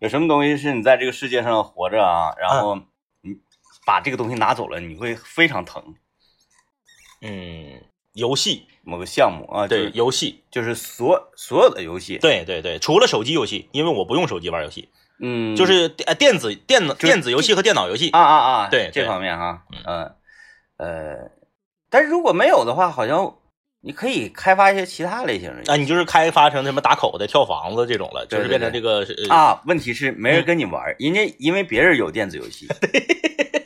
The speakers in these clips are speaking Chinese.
有什么东西是你在这个世界上活着啊，然后你把这个东西拿走了，你会非常疼。嗯，游戏，某个项目啊，对就是游戏，就是所所有的游戏，对对对，除了手机游戏，因为我不用手机玩游戏，嗯，就是电呃电子电脑是电子游戏和电脑游戏啊啊啊，对这对方面哈，嗯呃，但是如果没有的话，好像你可以开发一些其他类型的游戏啊，你就是开发成什么打口袋、跳房子这种了，就是对对变成这个呃啊，问题是没人跟你玩儿，人家因为别人有电子游 戏，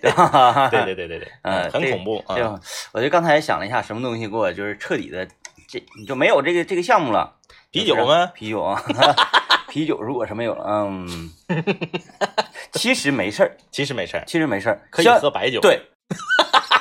对吧对对啊对对对，嗯很这恐怖啊对，吧？我就刚才想了一下，什么东西给我就是彻底的，这你就没有这个这个项目了。啤酒吗？啤酒啊， 啤酒如果是没有了， 嗯，其实没事儿，其实没事儿，其实没事儿，可以像喝白酒，，对，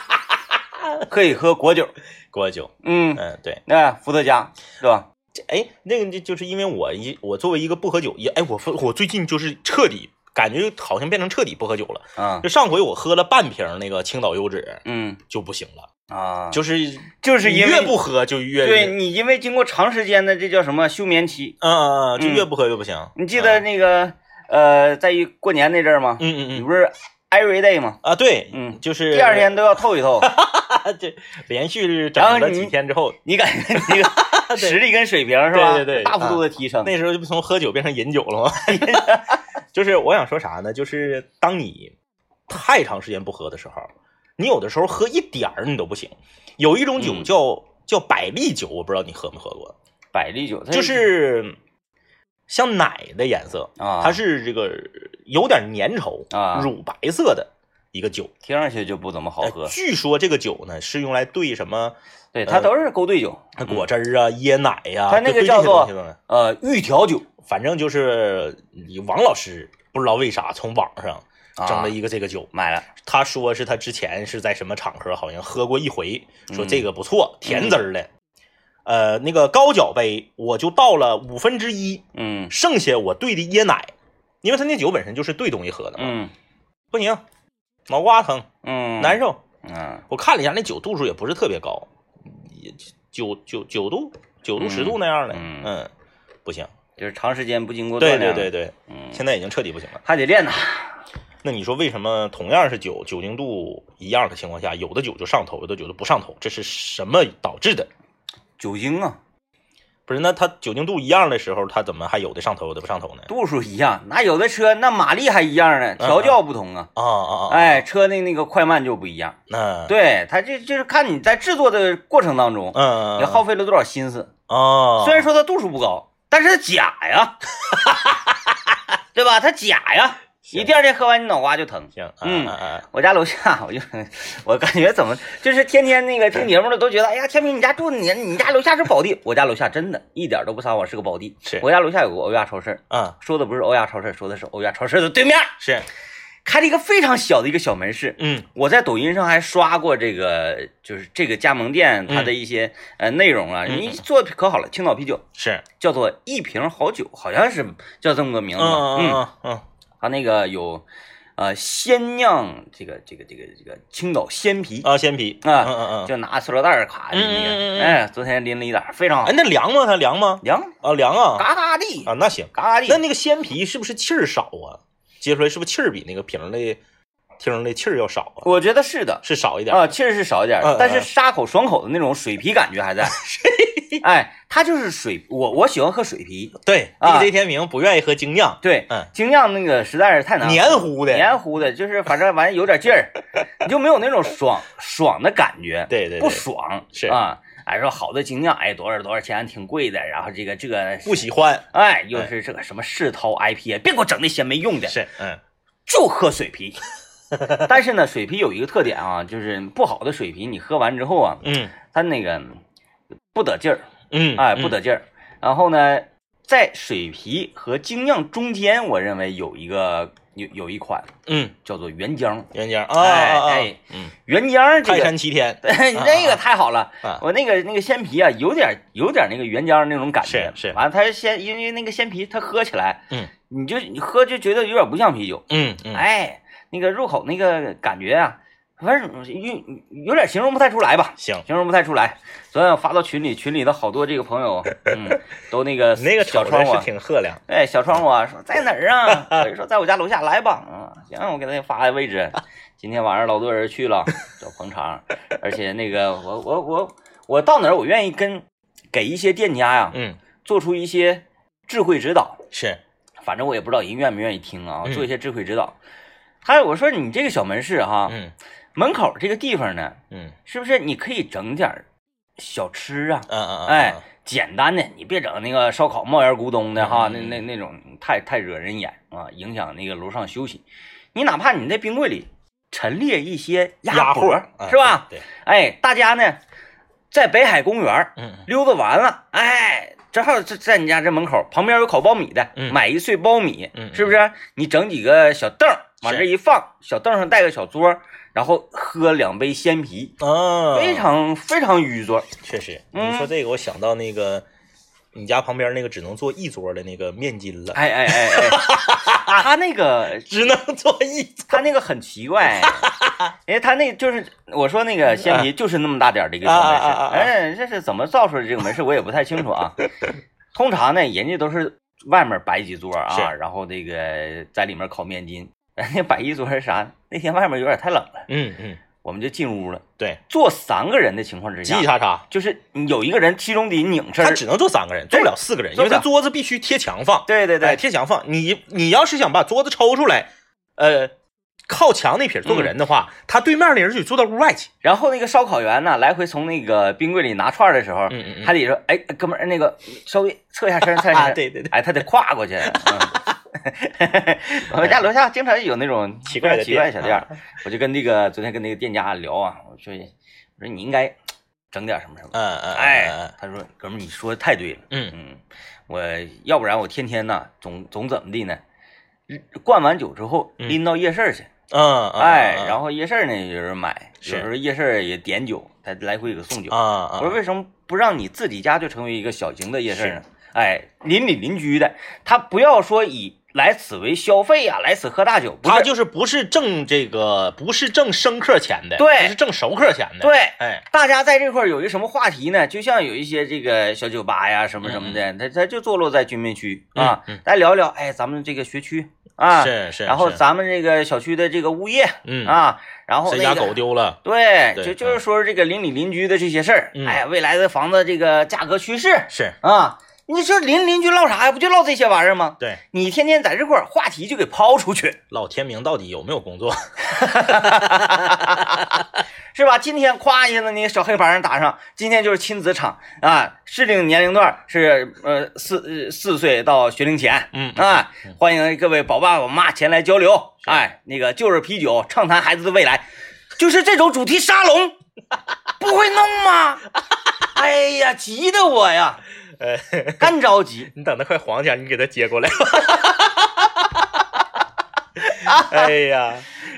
可以喝果酒，果酒，嗯，嗯，对，那伏特加对吧？这哎，那个就就是因为我一我作为一个不喝酒，也哎，我发我最近就是彻底感觉好像变成彻底不喝酒了，啊就，上回我喝了半瓶那个青岛优质嗯就不行了，啊，就是就是你因为越不喝就越对你，因为经过长时间的这叫什么休眠期，嗯嗯嗯，就嗯越不喝越不行，你记得那个、呃，在一过年那阵儿吗？啊嗯嗯你嗯不是 every day 吗？啊对，嗯就是第二天都要透一 透，这连续然后整了你嗯几天之后，你感觉你个实力跟水平是吧？对对对啊大幅度的提升。那时候就从喝酒变成饮酒了 吗？ 就是我想说啥呢？就是当你太长时间不喝的时候，你有的时候喝一点儿你都不行。有一种酒嗯叫、叫百利酒，我不知道你喝没喝过，百利酒它就是像奶的颜色，啊，它是这个有点粘稠、啊乳白色的一个酒。听上去就不怎么好哎喝，据说这个酒呢是用来兑什么对，呃它都是勾兑酒，果汁儿啊、椰奶呀、嗯它那个就兑叫这些做东西的呃，预调酒反正就是嗯王老师不知道为啥从网上啊整了一个这个酒，买了，他说是他之前是在什么场合好像喝过一回，说嗯这个不错，甜滋儿的。呃，那个高脚杯我就倒了五分之一，嗯剩下我兑的椰奶，因为他那酒本身就是兑东西喝的嘛，嗯不行，脑瓜疼，嗯，难受。嗯我看了一下，那酒度数也不是特别高，也九九九度、九度十度那样的，嗯嗯，不行，就是长时间不经过对锻对炼，对对，对，嗯，现在已经彻底不行了。还得练呐，那你说为什么同样是酒，酒精度一样的情况下，有的酒就上头，有的酒就不上头？这是什么导致的？酒精啊，不是，那它酒精度一样的时候，它怎么还有的上头，有的不上头呢？度数一样，那有的车那马力还一样嗯呢，调教不同啊，啊啊啊！，哎，车的那个快慢就不一样。那对，它这就是看你在制作的过程当中，嗯，你耗费了多少心思。啊，虽然说它度数不高，但是它假呀， 对吧？它假呀，行你第二天喝完你脑瓜就疼。行，嗯啊啊啊我家楼下，我就我感觉怎么就是天天那个听节目的都觉得，哎呀，天明你家住你你家楼下是宝地，我家楼下真的一点都不撒谎，是个宝地。是我家楼下有个欧亚超市，啊，说的不是欧亚超市，说的是欧亚超市的对面是，开了一个非常小的一个小门市，嗯我在抖音上还刷过这个，就是这个加盟店它的一些、呃内容啊，嗯你做的可好了，青岛啤酒是，叫做一瓶好酒，好像是叫这么个名字吧，嗯嗯，嗯嗯它那个有呃鲜酿这个这个这个这个青岛鲜啤，啊，鲜啤啊嗯嗯嗯，就拿塑料袋儿咔拎一嗯嗯嗯嗯个，哎，昨天拎了一打，非常好哎，，那凉吗？它凉吗？凉，啊，凉啊嘎嘎地，啊，那行。嘎嘎地那，那个鲜啤是不是气儿少啊？接出来是不是气儿比那个瓶儿的听儿的气儿要少啊？我觉得是的。是少一点儿啊，气儿是少一点儿嗯嗯，但是嗯沙口爽口的那种水啤感觉 还在。哎，它就是水，我我喜欢喝水啤，对啊，DJ 天明不愿意喝精酿，对嗯，精酿那个实在是太难，黏糊的黏糊的，就是反正玩意有点劲 儿，你就没有那种爽爽的感觉，对对对不爽是啊。哎，说好的精酿，哎，多少多少钱，挺贵的，然后这个这个不，喜欢，哎，又是这个什么世涛 IPA，别给我整那些没用的，是，嗯就喝水啤。但是呢，水啤有一个特点啊，就是不好的水啤，你喝完之后啊，嗯它那个不得劲儿，嗯，哎，不嗯，得劲儿。然后呢，在水啤和精酿中间，我认为有一个有有一款嗯，叫做原浆，袁江啊哎啊啊哎，嗯，原浆这泰个山。七天，你这个太好了，哎啊我那个那个鲜啤啊，有点有点那个原浆那种感觉。是是完了它鲜，因为那个鲜啤它喝起来，嗯，你就你喝就觉得有点不像啤酒，嗯嗯，哎，那个入口那个感觉啊，反正有有点形容不太出来吧，行，形容不太出来。昨天我发到群里，群里的好多这个朋友，嗯，都那个 那个小瞅窗着户是啊，挺赫亮，哎，小窗户啊，说在哪儿 啊？我就说在我家楼下，来吧。啊，行，我给他发个位置。今天晚上老多人去了，找捧场，而且那个我我我我到哪儿，我愿意跟给一些店家呀、嗯，做出一些智慧指导。是，反正我也不知道人愿不愿意听啊，嗯做一些智慧指导。还有我说你这个小门市哈、嗯门口这个地方呢，嗯是不是你可以整点儿小吃啊？嗯嗯，嗯哎，，简单的，你别整那个烧烤冒烟咕咚的哈，嗯那那那种太太惹人眼啊，影响那个楼上休息。你哪怕你在冰柜里陈列一些鸭脖，嗯是吧？对，对哎，大家呢在北海公园嗯溜达完了，哎，正好在在你家这门口旁边有烤苞米的，嗯买一碎苞米，嗯嗯是不是？你整几个小凳儿往是这一放，小凳上带个小桌儿，然后喝两杯鲜啤，嗯，啊，非常非常愚拙。确实，嗯你说这个，我想到那个你家旁边那个只能坐一桌的那个面筋了， 哎哎哎哎，他那个只能坐一桌，他那个很奇 怪，因为他那就是我说那个鲜啤就是那么大点儿的一个小门市，嗯啊啊啊啊啊啊哎，这是怎么造出来这个门市我也不太清楚 啊。通常呢，人家都是外面摆几桌是啊，然后那个在里面烤面筋。 那摆一桌是啥？那天外面有点太冷了，嗯嗯，我们就进屋了。对，坐三个人的情况之叽下叽，喳喳，就是啊有一个人其中得拧身他儿。只能坐三个人，坐不了四个人，因坐为不了他桌子必须贴墙放，对对哎，对，贴墙放，你你要是想把桌子抽出来，呃，靠墙那撇坐个人的话，嗯他对面的人就得坐到屋外去，然后那个烧烤员呢，来回从那个冰柜里拿串儿的时候，嗯嗯嗯啊还得说，哎，哥们儿，那个稍微侧一下身，侧一 下身，对对对哎，他得跨过去。嗯 我们家楼下经常有那种 奇怪的奇怪店啊小店儿，我就跟那个昨天跟那个店家聊啊，我说我说你应该整点什么什么，嗯嗯，哎，，他说哥们儿你说的太对了，嗯嗯，我要不然我天天呐总总怎么地呢，灌完酒之后嗯拎到夜市去，嗯，哎，然后后夜市呢有人买，有是时候夜市也点酒，他来回给送酒。啊我啊说，为什么不让你自己家就成为一个小型的夜市呢？哎，邻里邻居的，他不要说以来此为消费呀、来此喝大酒，不他是就是不是挣这个，不是挣生客钱的，对他是挣熟客钱的，，对。哎，大家在这块儿有一什么话题呢？就像有一些这个小酒吧呀，什么什么的，他他就坐落在居民区啊嗯嗯嗯，大家聊一聊，哎，咱们这个学区啊，是是，然后是咱们这个小区的这个物业嗯，啊，然后谁那家个狗丢了？对，对就就是说这个邻里邻居的这些事儿，嗯哎，未来的房子这个价格趋势是啊，你说邻邻居唠啥呀？不就唠这些玩意儿吗？对，你天天在这块儿话题就给抛出去，老天明到底有没有工作？ 是吧？今天夸一下子，那个小黑板上打上，今天就是亲子场啊，适龄年龄段是呃四呃四岁到学龄前，嗯啊，欢迎各位宝爸宝妈前来交流，哎，那个就是啤酒，畅谈孩子的未来，就是这种主题沙龙，不会弄吗？ 哎呀，急得我呀，呃，干着急，你等他快黄前，你给他接过来。 哎呀，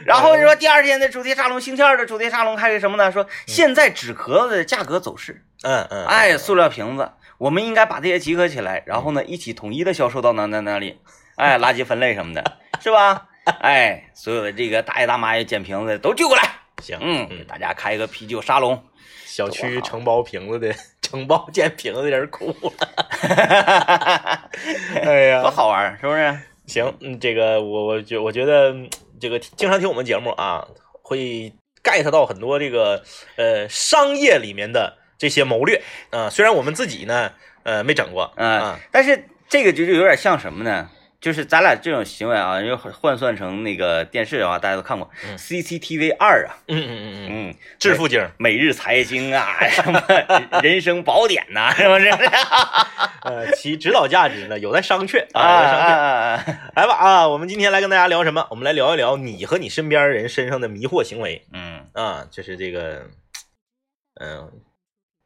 然后你哎说第二天的主题沙龙，星期二的主题沙龙还是什么呢？说现在纸壳子的价格走势，嗯嗯，哎，塑料瓶子，我们应该把这些集合起来，然后嗯呢，一起统一的销售到哪哪哪里， 哎，垃圾分类什么的，是吧？哎，所有的这个大爷大妈也捡瓶子都聚过来，行，嗯，给嗯，大家开一个啤酒沙龙， 小区多好承包瓶子的， 承包建瓶子的人哭了。哎多 呀，好玩儿，是不是？行，嗯，这个我我觉我觉得嗯这个经常听我们节目啊，会 get 到很多这个呃商业里面的这些谋略啊、虽然我们自己呢呃没整过啊、嗯、但是这个就是有点像什么呢？就是咱俩这种行为啊，因为换算成那个电视啊，大家都看过、嗯 CCTV 二啊，嗯嗯嗯嗯，嗯，致富经。每日财经啊， 什么人生宝典呐、 是不是？呃，其指导价值呢有待商榷啊 啊，有待商榷。啊啊！来吧啊，我们今天来跟大家聊什么？我们来聊一聊你和你身边人身上的迷惑行为嗯，啊，就是这个，嗯、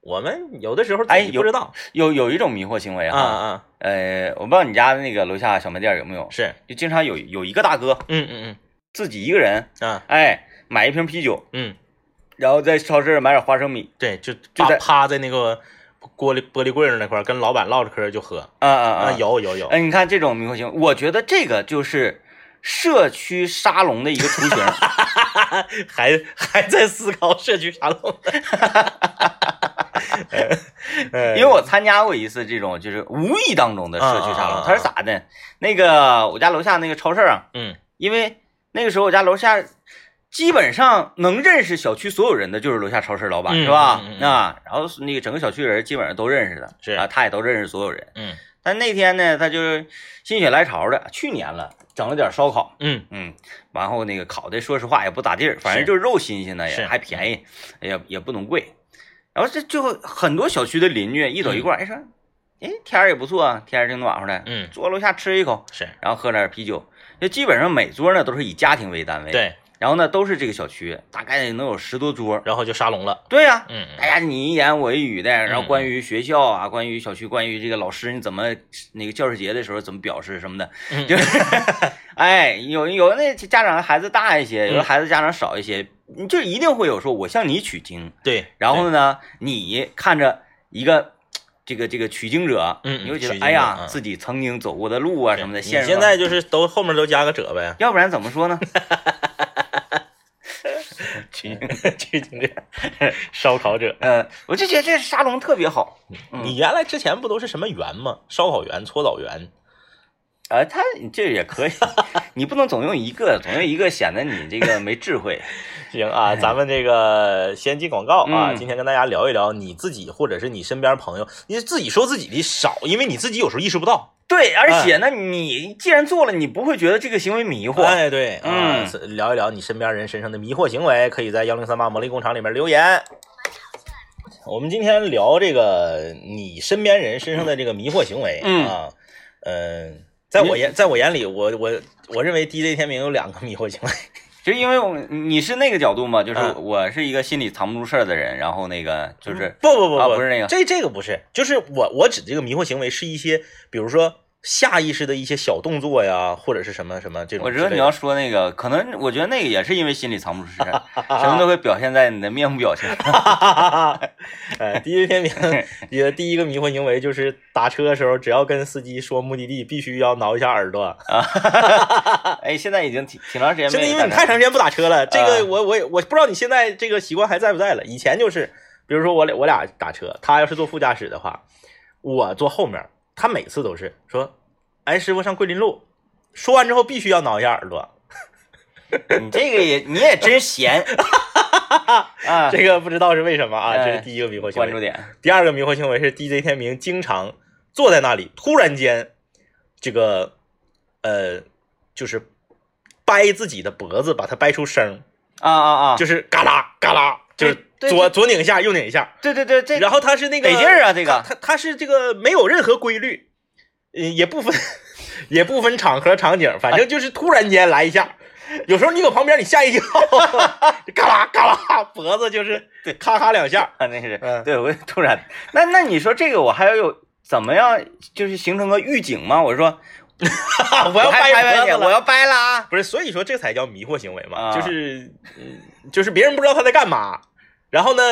我们有的时候自哎己有不知道有有一种迷惑行为啊哈，啊，呃，我不知道你家那个楼下小卖店有没有，是，就经常有有一个大哥嗯嗯自己一个人，嗯啊哎，买一瓶啤酒，嗯，然后在超市买点花生米，对，就就就在趴在那个玻璃玻璃柜上那块儿跟老板唠着嗑就喝啊啊啊，啊，有有有，哎，你看这 种迷惑行为，我觉得这个就是社区沙龙的一个雏形。还还在思考社区沙龙，因因为我参加过一次这种就是无意当中的社区沙啊啊啊龙啊，它是咋的？那个我家楼下那个超市啊，嗯因为那个时候我家楼下基本上能认识小区所有人的就是楼下超市老板，嗯是吧嗯嗯？嗯啊，然后那个整个小区人基本上都认识他，是啊，他也都认识所有人。嗯但那天呢，他就是心血来潮的，去年了，整了点烧烤，嗯嗯，然后那个烤的，说实话也不咋地儿，反是正就是肉新鲜的，是也还便宜，也也不能贵。然后这就很多小区的邻居一走一过来，哎说，哎天儿也不错，啊，天儿挺暖和的，嗯坐楼下吃一口，是然后喝点啤酒。就基本上每桌呢都是以家庭为单位，，对，然后呢都是这个小区，大概能有十多桌。然后就沙龙了，对呀、嗯大家你一言我一语的，然后关于学校啊，关于小区，关于这个老师你怎么那个教师节的时候怎么表示什么的，嗯就是， 哎，有有那家长孩子大一些，有的嗯孩子家长少一些，你就一定会有说我向你取经，对，然后呢，你看着一个这个这个取经者，嗯嗯你会觉取得经哎呀，者嗯自己曾经走过的路啊对什么的，你陷入现了在就是都后面都加个者呗，要不然怎么说 呢？取取经者， 烧烤者。 呃，我就觉得这沙龙特别好，嗯你原来之前不都是什么园吗？烧烤园、搓澡园，啊，他这也可以， 你不能总用一个，总用一个显得你这个没智慧。 行啊，咱们这个先进广告啊，嗯今天跟大家聊一聊你自己或者是你身边朋友，你自己说自己的少，因为你自己有时候意识不到。 对，而且呢，你既然做了，你不会觉得这个行为迷惑。哎，对，啊嗯是聊一聊你身边人身上的迷惑行为，可以在幺零三八魔力工厂里面留言。我们今天聊这个你身边人身上的这个迷惑行为、嗯啊，嗯、在我眼在我眼里，我我我认为 DJ 天明有两个迷惑行为。就因为我你是那个角度嘛，就是嗯我是一个心里藏不住事儿的人，然后那个就是不不不啊不是那个这这个不是，就是我我指的这个迷惑行为是一些，比如说下意识的一些小动作呀，或者是什么什么这种我之知类的。道你 要说那个，可能我觉得那个也是因为心里藏不住事儿， 什么都会表现在你的面部表情上。 哈哈哈！呃，第一天明你的第一个迷惑行为就是打车的时候，只要跟司机说目的地，必须要挠一下耳朵。哎，现在已经挺挺长时间现在没因为你太干这长时间不打车了，这啊个我我也我不知道你现在这个习惯还在不在了。以前就是，比如说我俩我俩打车，他要是坐副驾驶的话，我坐后面，他每次都是说：“哎，师傅上桂林路。”说完之后必须要挠一下耳朵，儿 你这个也你也真 闲啊！这个不知道是为什么啊？哎这是第一个迷惑行为关。注点，第二个迷惑行为是 DJ 天明经常坐在那里，突然间这个呃，就是掰自己的脖子，把它掰出声儿，啊啊啊！就是嘎啦嘎啦，就是对对左左拧一下，右拧一下。对对对，这然后他是那个得劲儿啊，这他个他他是这个没有任何规律，嗯，也不分 也不分场合场景，反正就是突然间来一下。有时候你搁旁边，你吓一跳， 嘎啦嘎啦，脖子就是咔咔两下。 啊，那是嗯对，我也突然，那那你说这个我还要有怎么样，就是形成个预警吗？我说我要啊我还掰掰脖你，子了我。要掰了啊！ 不是，所以说这才叫迷惑行为嘛，啊就是，嗯就是别人不知道他在干嘛，然后呢，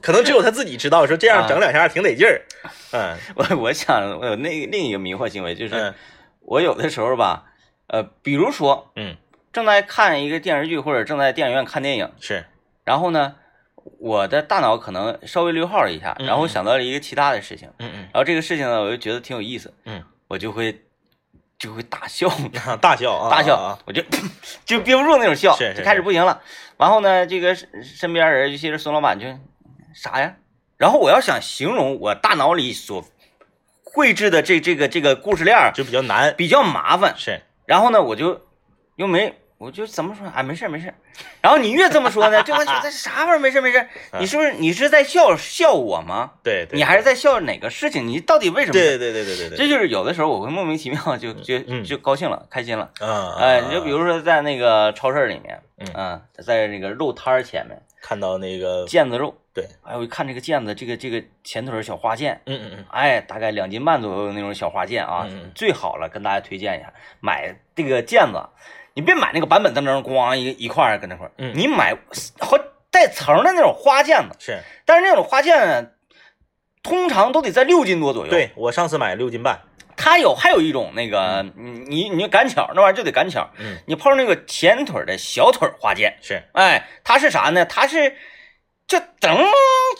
可能只有他自己知道，说这样啊整两下挺得劲 儿，嗯我我想我有那另一个迷惑行为就是嗯，我有的时候吧，呃，比如说嗯，正在看一个电视剧或者正在电影院看电影，是，然后呢，我的大脑可能稍微溜号了一下，嗯然后想到了一个其他的事情，嗯然后这个事情呢，我就觉得挺有意思，嗯，我就会就会大笑。嗯， 大笑啊，大啊笑，，我就就憋不住那种笑，是是就开始是不行了。然后呢，这个身身边人，尤其是孙老板就啥呀？然后我要想形容我大脑里所绘制的这这个这个故事链儿啊就比较难，比较麻烦，是，然后呢，我就又没。我就怎么说啊？没事儿没事儿。然后你越这么说呢，对方觉得啥玩意儿？没事儿没事儿。嗯你是不是你是在笑笑我吗？对对，你还是在笑哪个事情？你到底为什么笑？对对对对对对，这就是有的时候我会莫名其妙就就嗯就高兴了，开心了。嗯，哎，嗯你就比如说在那个超市里面，嗯啊，在那个肉摊儿前面，看到那个，腱子肉，对，哎，我一看这个腱子，这个这个前腿儿小花腱，嗯嗯嗯，哎，大概两斤半左右的那种小花腱啊，嗯嗯最好了，跟大家推荐一下，买这个腱子，你别买那个板板正正咣一一块儿搁那块儿，嗯你买好带层儿的那种花腱子，是但是那种花腱呢通常都得在六斤多左右，对我上次买六斤半，它有还有一种那个，你你赶巧那玩意儿就得赶巧，嗯你泡那个前腿的小腿花剑，是哎，它是啥呢？它是就噔，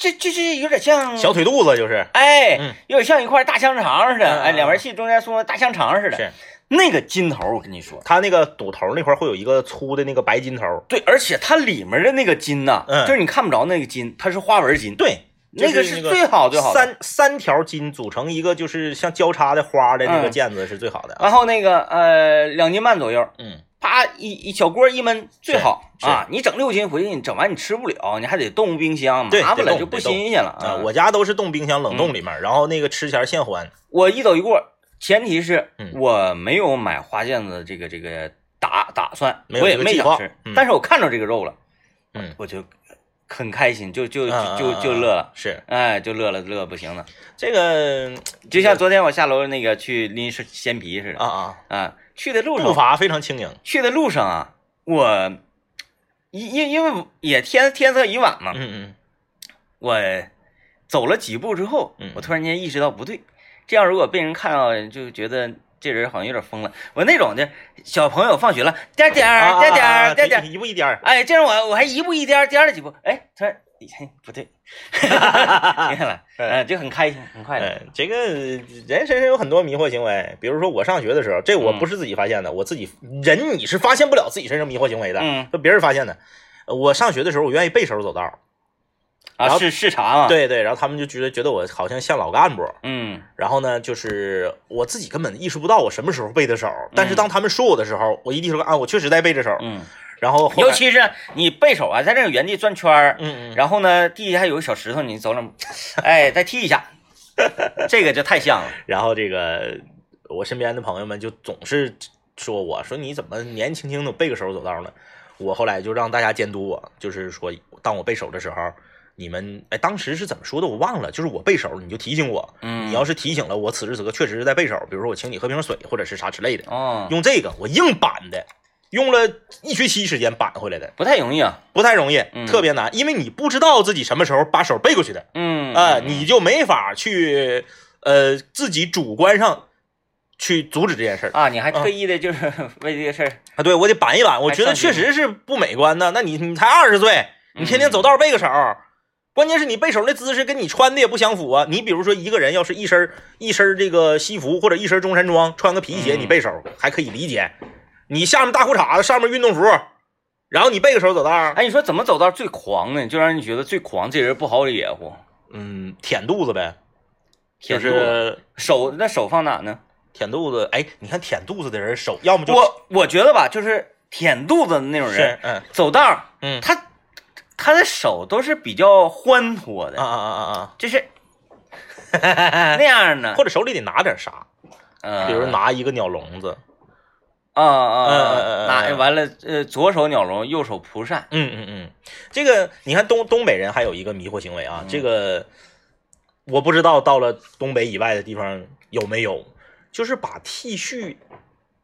这就是有点像小腿肚子就是哎，嗯有点像一块大香肠似嗯嗯的，哎，嗯两边细中间松大香肠似的，是，那个筋头，我跟你说，它那个肚头那块儿会有一个粗的那个白筋头，对，而且它里面的那个筋呐、嗯就是你看不着那个筋，它是花纹筋，对，那个就是是那个最好最好的。三三条筋组成一个就是像交叉的花的那个嗯毽子是最好的啊。然后那个呃两斤半左右，嗯，啪一一小锅一焖最好是啊！你整六斤回去，你整完你吃不了，你还得冻冰箱，对麻烦得了冻就不得冻新鲜了啊，我家都是冻冰箱嗯冷冻里面，然后那个吃前现欢。我一走一过，前提是嗯我没有买花毽子这个这个打打算，没有我也这个没计想划吃嗯，但是我看着这个肉了，嗯，我就很开心，就就啊就就就啊啊乐了。是哎，就乐了，乐不行了，这个就像昨天我下楼那个去拎鲜皮似的啊啊，啊，去的路上步伐非常轻盈。去的路上啊，我因因因为也天天色已晚嘛，嗯我走了几步之后嗯，我突然间意识到不对，这样如果被人看到，就觉得这人好像有点疯了。我那种的小朋友放学了，啊颠儿颠嗯，儿颠儿颠儿颠儿颠儿，一步一颠儿。哎，这样我我还一步一颠儿颠儿了几步，哎，突然。嘿，不 对，你看了，哎嗯，就很开心，很快乐，嗯，这个人身上有很多迷惑行为，比如说我上学的时候，这我嗯不是自己发现的，我自己人你是发现不了自己身上迷惑行为的，嗯就别人发现的。呃我上学的时候，我愿意背手走道，然啊，后是视察嘛，，对对，然后他们就觉得觉得我好像像老干部，嗯然后呢，就是我自己根本意识不到我什么时候背的手，但是当他们说我的时候，我一低头啊，我确实在背着手，嗯，然后后尤来其是你背手啊，在这个原地转圈儿，嗯嗯，然后呢，地下有个小石头，你走两步，哎，再踢一 下，这个就太像了。然后这个我身边的朋友们就总是说我说你怎么年轻轻的背个手走道呢？我后来就让大家监督我，就是说当我背手的时候，你们哎当时是怎么说的我忘了，就是我背手你就提醒我，嗯你要是提醒了我此时此刻确实是在背手，比如说我请你喝瓶水或者是啥之类的，哦，用这个我硬扳的，用了一学期时间扳回来的。不太容易啊。不太容易，嗯特别难，因为你不知道自己什么时候把手背过去的，嗯啊，你就没法去呃自己主观上去阻止这件事儿啊，你还特意的就是 为这个事儿，啊。对我得板一板，我觉得还上确进实是不美观呢。那你你才二十岁，你天天走道背个手儿。关键是你背手那姿势跟你穿的也不相符啊！你比如说一个人要是一身儿一身儿这个西服或者一身中山装，穿个皮鞋，嗯你背手还可以理解。你下面大裤衩子，上面运动服，然后你背个手走道儿，哎，你说怎么走道最狂呢？就让人觉得最狂，这人不好惹乎。嗯，舔肚子呗，就舔肚子是手那手放哪呢？舔肚子，哎，你看舔肚子的人手，要么就我我觉得吧，就是舔肚子的那种是人，，嗯走道儿嗯他他的手都是比较欢脱啊的，啊啊就是 啊啊，那样的或，者手里得拿点啥，嗯比如拿一个鸟笼子，啊啊嗯啊嗯嗯嗯啊！拿完了，呃，左手鸟笼，右手蒲扇。嗯嗯嗯，这个你看东东北人还有一个迷惑行为嗯啊，这个我不知道到了东北以外的地方有没有，就是把 T 恤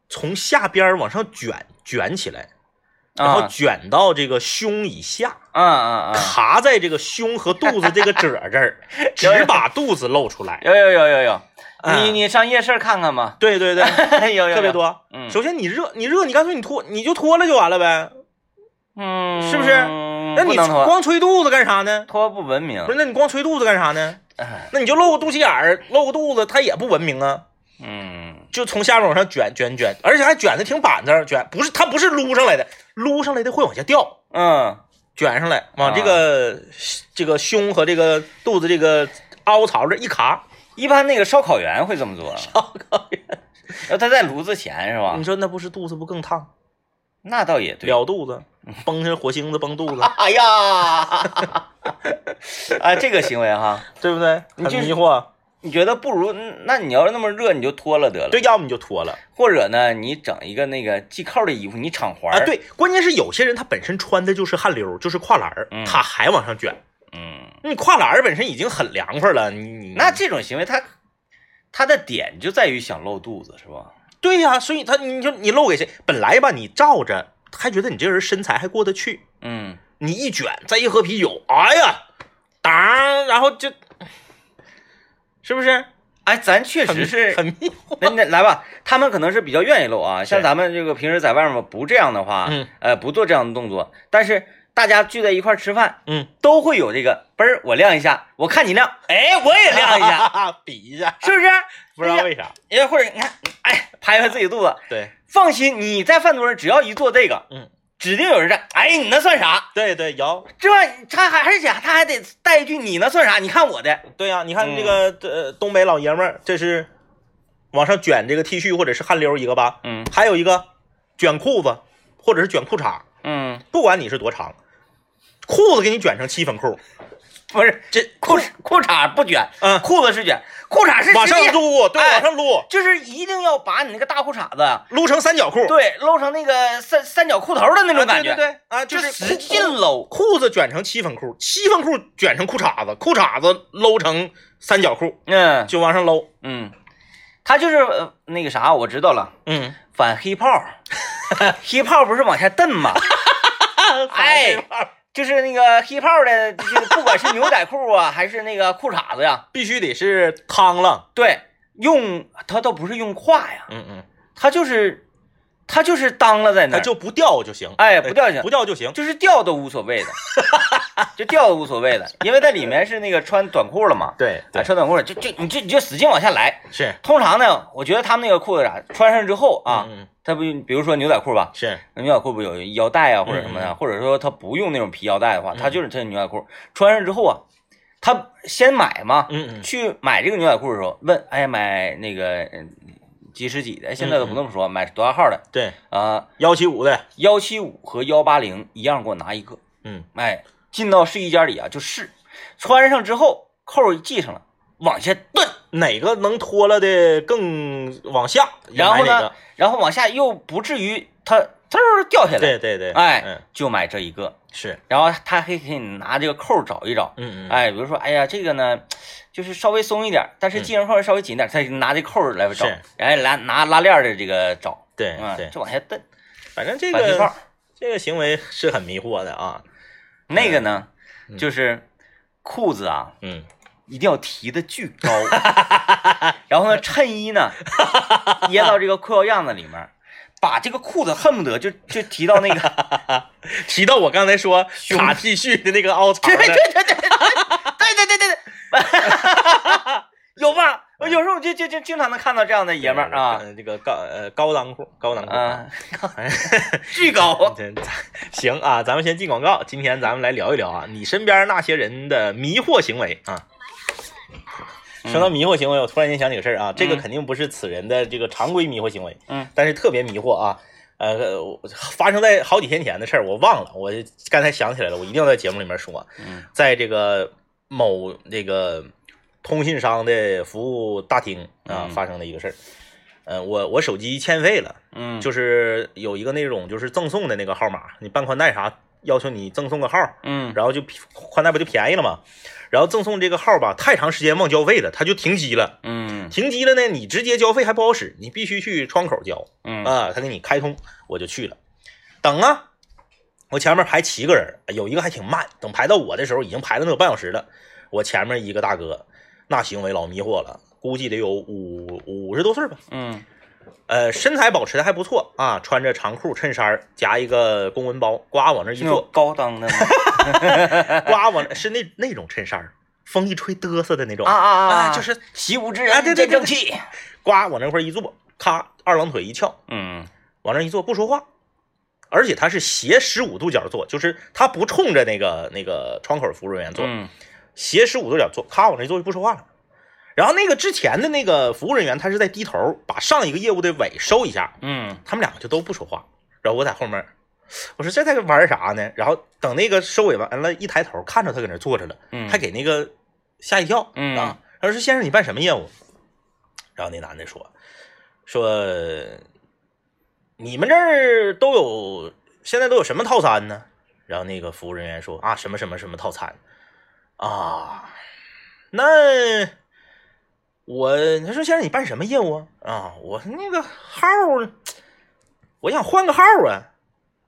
从下边儿往上卷卷起来，然后啊卷到这个胸以下。啊啊啊！卡在这个胸和肚子这个褶儿这 儿，只把肚子露出来。有有有有有，啊你你上夜市看看 吧，对对对，有有特别，有多。嗯首先你热，你热，你干脆你脱，你就脱了就完了呗。嗯，是不是那那你能嗯脱光吹肚子干啥呢？脱不文明不，是，那你光吹肚子干啥呢？哎那你就露个肚脐眼儿，露个肚子，它也不文明啊。嗯，就从下面往上卷卷卷，而且还卷的挺板正，卷不是它不是撸上来的，撸上来的会往下掉，嗯卷上来往啊这个、这个胸和这个肚子这个凹槽这一卡，一般那个烧烤员会这么做，烧烤员，要他在炉子前是吧你？说那不是肚子不更烫？那倒也啊对。撩肚子，崩成火星子崩肚子，哎呀， 啊，这个行为哈，对不对？你很就是迷惑，你觉得不如，嗯那你要是那么热，你就脱了得了。对，要么你就脱了。或者呢，你整一个那个系扣的衣服，你敞怀啊，，对，关键是有些人他本身穿的就是汗流，就是跨栏儿，嗯他还往上卷。嗯，你跨栏儿本身已经很凉快了，你你那这种行为它，他的点就在于想露肚子，是吧？对呀、所以他你就你露给谁？本来吧，你照着还觉得你这人身材还过得去，嗯，你一卷再一喝啤酒，哎呀，当，然后就，是不是？哎，咱确很实是很迷惑。那那来吧，他们可能是比较愿意露啊，像是咱们这个平时在外面不这样的话，嗯呃，不做这样的动作，但是大家聚在一块儿吃饭，嗯，都会有这个嘣儿，我亮一下，我看你亮，哎，我也亮一 下， 下，比一下，是不是？不知道为啥。哎呀，或者你看，哎，拍拍自己肚子，对放心，你在饭桌上只要一做这个，嗯，指定有人在，哎，你那算啥？对对，摇。这玩意儿他还而且他还得带一句你那算啥？你看我的，对呀、你看嗯这个、呃东北老爷们儿，这是往上卷这个 T 恤或者是汗溜一个吧，嗯还有一个卷裤子或者是卷裤衩，嗯，不管你是多长，裤子给你卷成七分裤，不是这裤裤衩不卷，嗯裤子是卷，裤衩是往直上接撸，对，哎往上撸，就是一定要把你那个大裤衩子，撸成三角裤，对，搂成那个三三角裤头的那种啊感觉，对对对，啊，就就是使裤劲搂，裤子卷成七分裤，七分裤卷成裤衩子，裤衩子搂成三角裤，嗯就往上搂。嗯，他就是、呃那个啥，我知道了，嗯，反黑炮， 黑炮不是往下蹬吗？哎，就是那个黑炮的，就是不管是牛仔裤啊，还是那个裤衩子呀，必须得是康了。对，用他倒不是用胯呀，嗯嗯，他就是他就是当了在那它儿，就不掉就行。哎不掉就行不掉就行。就是掉都无所谓的， 就掉都无所谓的，因为在里面是那个穿短裤了嘛。对啊，，穿短裤就就你就你就使劲往下来。哎是通常呢，我觉得他们那个裤子啥，穿上之后啊，嗯嗯他不比如说牛仔裤吧，是牛仔裤不有腰带啊或者什么嗯的，嗯或者说他不用那种皮腰带的话，他就是他牛仔裤穿上之后啊，他先买嘛，嗯嗯去买这个牛仔裤的时候问，哎买那个嗯几十几的，现嗯在都不那么说，买多少号的对啊？幺七五的，幺七五和幺八零一样，给我拿一个。嗯哎，进到试衣间里啊就试，穿上之后扣儿系上了，往下蹬。哪个能脱了的更往下，然后买哪呢个？，然后往下又不至于它嗖儿掉下来，对对对，哎嗯，就买这一个。是，然后他还可以拿这个扣儿找一找，嗯嗯，哎，比如说，哎呀，这个呢，就是稍微松一点儿，但是系上扣儿稍微紧一点儿，他拿这扣儿来找嗯是，哎，拿拿拉链儿的这个找，对啊对，，就往下蹬，反正这反气个泡。这个行为是很迷惑的啊。那个呢，就是裤子啊，嗯，一定要提的巨高， 然后呢，衬衣 呢掖到这个裤腰样子里面，把这个裤子恨不得就 就提到那个，提到我刚才说卡 T 恤的那个凹槽对的对，对对对对对对对对， 有吧？我有时候我就就就经常能看到这样的爷们儿啊，嗯，这个高呃高裆裤，高裆裤啊。啊，巨高，这咱行啊，咱们先进广告。今天咱们来聊一聊啊，你身边那些人的迷惑行为啊。说到迷惑行为，我突然间想起个事儿啊，这个嗯肯定不是此人的这个常规迷惑行为，嗯，但是特别迷惑啊。呃，我发生在好几天前的事儿，我忘了，我刚才想起来了，我一定要在节目里面说，嗯在这个某这个通信商的服务大厅啊嗯发生的一个事儿。呃，我我手机欠费了，嗯，就是有一个那种就是赠送的那个号码，你办宽带啥要求你赠送个号，嗯然后就宽带不就便宜了吗？然后赠送这个号吧，太长时间忘交费了，它就停机了。嗯停机了呢，你直接交费还不好使，你必须去窗口交嗯啊，他给你开通，我就去了。等啊，我前面排七个人，有一个还挺慢，等排到我的时候已经排了能有半小时了。我前面一个大哥，那行为老迷惑了，估计得有五五十多岁吧。嗯呃，身材保持的还不错啊，穿着长裤、衬衫儿夹一个公文包，呱往那一那种坐，高裆的吗呱往那是那那种衬衫儿，风一吹嘚瑟的那种啊，啊哎啊啊，就是习武之啊人对真对对正气，呱往那块儿一坐，咔二郎腿一翘，嗯往那儿一坐不说话，而且他是斜十五度角坐，就是他不冲着那个那个窗口服务人员坐，嗯斜十五度角坐，咔往那一坐就不说话了。然后那个之前的那个服务人员，他是在低头把上一个业务的尾收一下，嗯他们两个就都不说话，然后我在后面，我说这在玩啥呢？然后等那个收尾完了，一抬头看着他搁那坐着了，嗯，还给那个吓一跳，嗯啊，他说先生你办什么业务？然后那男的说说你们这儿都有现在都有什么套餐呢？然后那个服务人员说啊什么什么什么套餐啊，那。我他说先生，你办什么业务啊？啊，我那个号儿，我想换个号儿啊。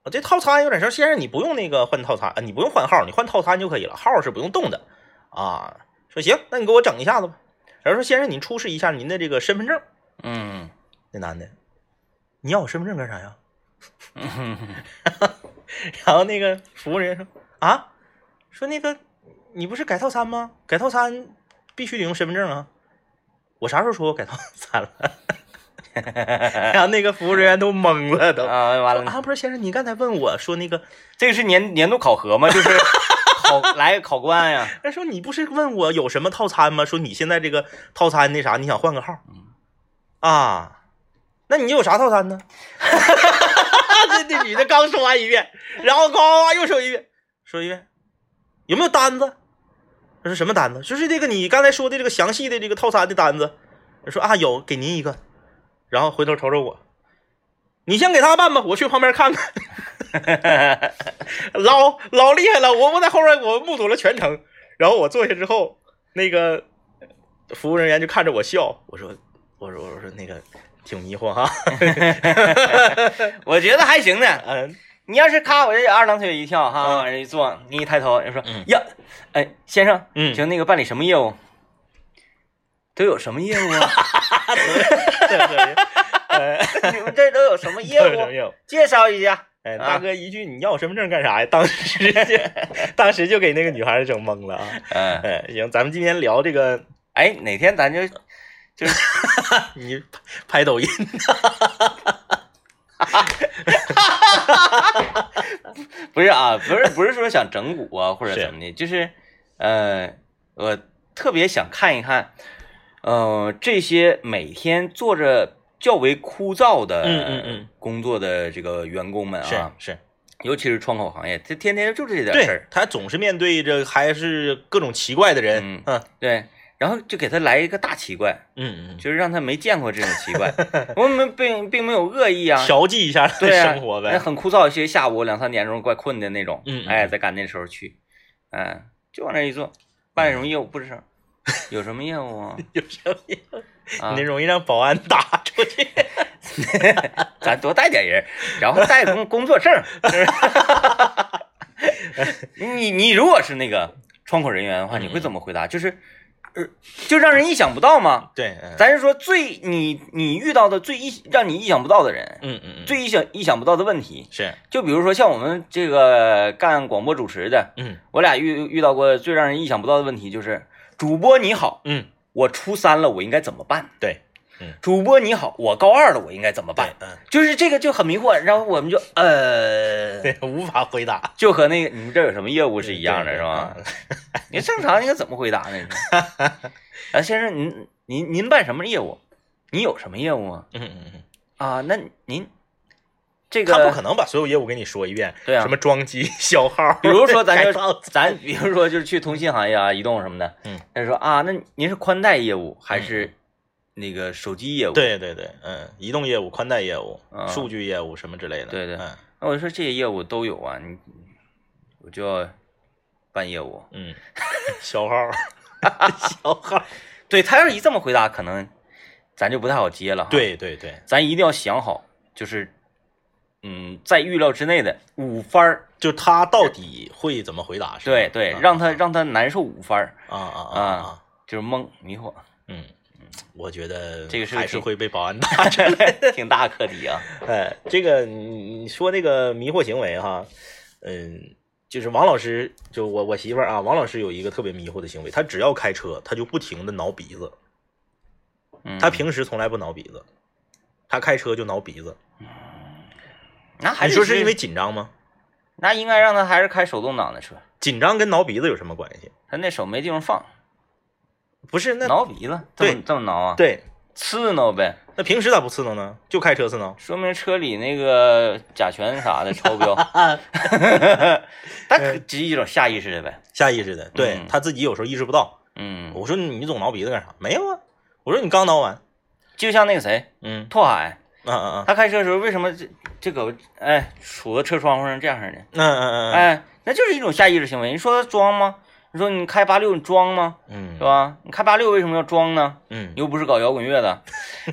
我这套餐有点事儿，先生你不用那个换套餐，啊你不用换号儿，你换套餐就可以了，号儿是不用动的啊。说行，那你给我整一下子吧。假如说先生，您出示一下您的这个身份证。 嗯，那男的，你要我身份证干啥呀？ 嗯然后那个服务人员说啊，说那个你不是改套餐吗？改套餐必须得用身份证啊。我啥时候说我改套餐了？ 然后那个服务人员都懵了都。啊，完了，啊，不是先生，你刚才问我说那个，这个是年年度考核吗？就是考 来考官呀、 他说你不是问我有什么套餐吗？说你现在这个套餐那啥，你想换个号？啊，那你有啥套餐呢？ 这这女的刚说完一遍，然后呱呱又说一遍，说一遍，有没有单子？他说什么单子？就是这个你刚才说的这个详细的这个套餐的单子。他说啊有，给您一个。然后回头瞅瞅我，你先给他办吧，我去旁边看看。老老厉害了，我们在后面我目睹了全程。然后我坐下之后，那个服务人员就看着我笑，我说我说我说那个挺迷惑哈、我觉得还行呢。嗯，你要是咔，我这二郎腿一跳哈，往这一坐，你一抬头，人说、嗯呀，哎，先生，嗯请那个办理什么业务？都有什么业务 啊？ 你们这都有什么业务？业务？介绍一下。哎，啊大哥一句你要我身份证干啥呀？当时就 当时就给那个女孩整懵了啊！嗯，哎，行，咱们今天聊这个，哎，哪天咱就你拍拍抖音，不是啊， 不是不是说想整蛊啊或者是怎么的，就是呃，我特别想看一看，呃，这些每天做着较为枯燥的嗯嗯嗯工作的这个员工们啊，是，尤其是窗口行业，这天天就这点事对儿，他总是面对着还是各种奇怪的人嗯，嗯对，然后就给他来一个大奇怪，嗯嗯就是让他没见过这种奇 怪，我们并并没有恶意啊嗯，。调剂一下他的对啊，生活那呗，很枯燥，其实下午两三点钟怪困的那种，嗯嗯哎，在赶那时候去，嗯、就往那一坐，办什么业务不吱声，有什么业务啊？有时候也啊 你这，容易让保安打 出去。咱多带点人，然后带工工作证儿， 是不是你你如果是那个窗口人员的话，你嗯会怎么回答？就是，呃，就让人意想不到吗？对，嗯咱是说最你你遇到的最意让你意想不到的人，嗯嗯嗯，最意想意想不到的问题，是，就比如说像我们这个干广播主持的，嗯我俩遇遇到过最让人意想不到的问题就是，主播你好，嗯，我初三了，我应该怎么办？对，主播你好，我高二了，我应该怎么办对，？嗯，就是这个就很迷惑，然后我们就呃，对，无法回答，就和那个你们这有什么业务是一样的，对是吧？？你正常应该怎么回答呢？ 啊，先生，您您您办什么业务？您有什么业务啊？嗯嗯嗯嗯，啊，那您这个他不可能把所有业务给你说一遍，对啊什么装机、 小 号，比如说咱就改造咱比如说就是去通信行业啊、移动什么的，嗯，他说啊，那您是宽带业务还是那个手机业务？，对对对，嗯，移动业务、宽带业务啊、数据业务什么之类的，对对嗯那我就说这些业务都有啊，你我就要办业务。 嗯，小号，小号，对他要是一这么回答，可能咱就不太好接了。，对对对，咱一定要想好，就是嗯，在预料之内的五番儿，就他到底会怎么回答？是吧对对，啊让他让他难受五番儿，啊啊啊啊啊，就是懵迷 惑， 嗯。我觉得这个是个还是挺会被保安打挺大课题啊。哎，这个你你说那个迷惑行为哈，嗯，就是王老师，就我我媳妇儿啊，王老师有一个特别迷惑的行为，她只要开车，她就不停的挠鼻子，嗯她平时从来不挠鼻子，她开车就挠鼻子。那还你得说是因为紧张吗？那应该让他还是开手动挡的车，紧张跟挠鼻子有什么关系？他那手没地方放，不是那挠鼻子，这么这么挠啊？，对，刺挠呗，那平时咋不刺挠呢？就开车刺挠。说明车里那个甲醛啥的超 标，他可只是一种下意识的呗。下意识的，对、嗯她自己有时候意识不到。嗯，我说你总挠鼻子干啥？没有啊，我说你刚挠完，就像那个谁，嗯，拓海，啊啊啊，他开车的时候为什么这这狗哎杵到车窗户上这样式的？嗯嗯嗯嗯，哎，那就是一种下意识行为。你说他装吗？你说你开八六你装吗？嗯，是？吧？你开八六为什么要装呢？嗯又不是搞摇滚乐的，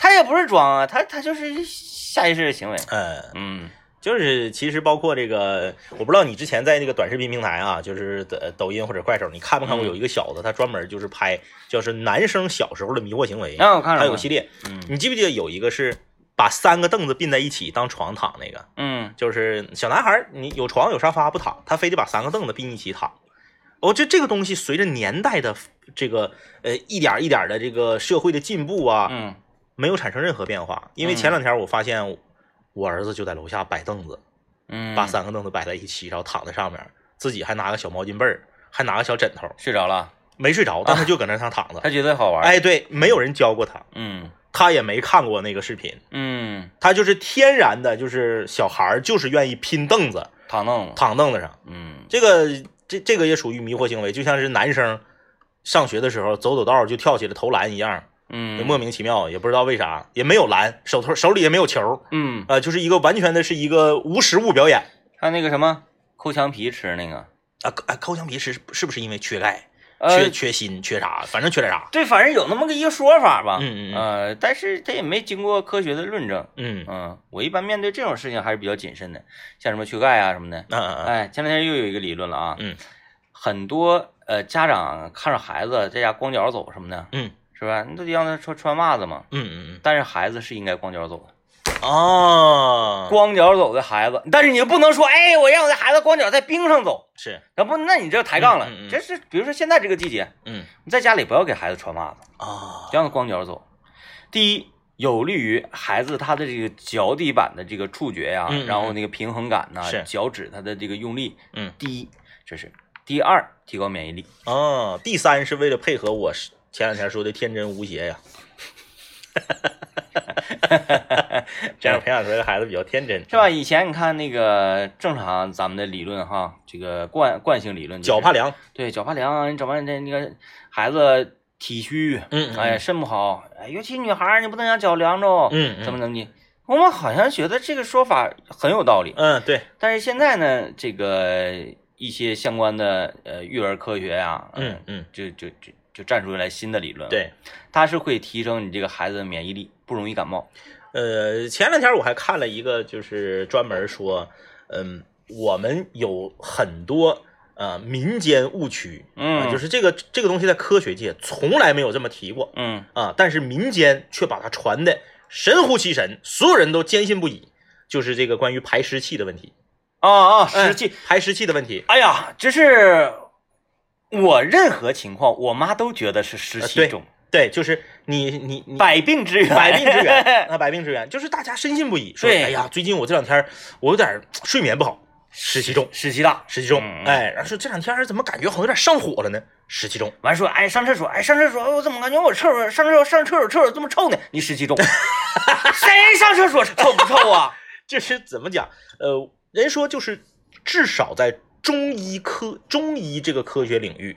他也不是装啊，他他就是下意识的行为。嗯。嗯就是其实包括这个，我不知道你之前在那个短视频平台啊，就是抖抖音或者快手，你看没看嗯过有一个小子，他专门就是拍就是男生小时候的迷惑行为，那啊我看还着有过系列，嗯你记不记得有一个是把三个凳子并在一起当床躺那个？嗯，就是小男孩儿，你有床有沙发不躺，他非得把三个凳子并一起躺。哦，这这个东西随着年代的这个呃一点儿一点儿的这个社会的进步啊，嗯没有产生任何变化。因为前两天我发现我儿子就在楼下摆凳子，嗯，把三个凳子摆在一起，然后躺在上面，自己还拿个小毛巾被儿，还拿个小枕头，睡着了，没睡着，但啊他就搁那上躺着。他觉得好玩。，哎，对，没有人教过他，嗯他也没看过那个视频，嗯，他就是天然的，就是小孩儿就是愿意拼凳子，躺凳，躺凳子上。嗯这个这这个也属于迷惑行为，就像是男生上学的时候走走道就跳起来投篮一样，也嗯，莫名其妙，也不知道为啥，也没有篮，手头手里也没有球，嗯，呃，就是一个完全的是一个无实物表演还有那个什么抠墙皮吃那个，啊！抠啊抠墙皮是是不是因为缺钙、缺呃，缺锌、缺啥，反正缺点啥？对，反正有那么个一个说法吧。嗯嗯嗯呃，但是这也没经过科学的论证。嗯嗯，我一般面对这种事情还是比较谨慎的，像什么缺钙啊什么的。嗯嗯哎，前两天又有一个理论了啊。嗯，很多呃家长看着孩子在家光脚走什么的，嗯是吧？你都得让他穿穿袜子嘛。嗯嗯但是孩子是应该光脚走的，嗯 啊，光脚走的孩子，但是你又不能说，哎，我让我的孩子光脚在冰上走，是那不，那你这抬杠了。嗯嗯嗯这是比如说现在这个季节，嗯你在家里不要给孩子穿袜子，啊就让他光脚走。第一，有利于孩子他的这个脚底板的这个触觉呀、嗯嗯嗯然后那个平衡感呐、是脚趾他的这个用力。嗯第一，这是第二，提高免疫力。 啊！第三是为了配合我是前两天说的天真无邪呀。这样培养出来的孩子比较天真，是吧？？以前你看那个正常咱们的理论哈，这个惯惯性理论、就是，脚怕凉，对，脚怕凉啊，你整完这那个孩子体虚，嗯哎，，肾不好，哎，尤其女孩儿，你不能让脚凉着，嗯嗯怎么怎么的。我们好像觉得这个说法很有道理，嗯，对，但是现在呢，这个一些相关的呃育儿科学呀、呃嗯，嗯，就就就就站出来新的理论，，对，它是会提升你这个孩子的免疫力，不容易感冒。呃，前两天我还看了一个，就是专门说，嗯，我们有很多呃民间误区，啊嗯，就是这个这个东西在科学界从来没有这么提过嗯啊，但是民间却把它传的神乎其神，所有人都坚信不疑，就是这个关于排湿气的问题，啊啊，哎湿气，排湿气的问题，哎呀，这是我任何情况，我妈都觉得是湿呃气对重，对，就是你你你百病之源，百病之源啊，百病之源，就是大家深信不疑，说对哎呀，最近我这两天儿我有点儿睡眠不好，湿气 重，湿气大。湿气重，嗯哎，然后说这两天儿怎么感觉好像有点上火了呢？湿气重，完说，哎，上厕所，哎，上厕所，我怎么感觉我厕所上厕所上厕所厕所这么臭呢？你湿气 重，谁上厕所臭不臭啊？这是怎么讲？呃，人说就是至少在中医科中医这个科学领域。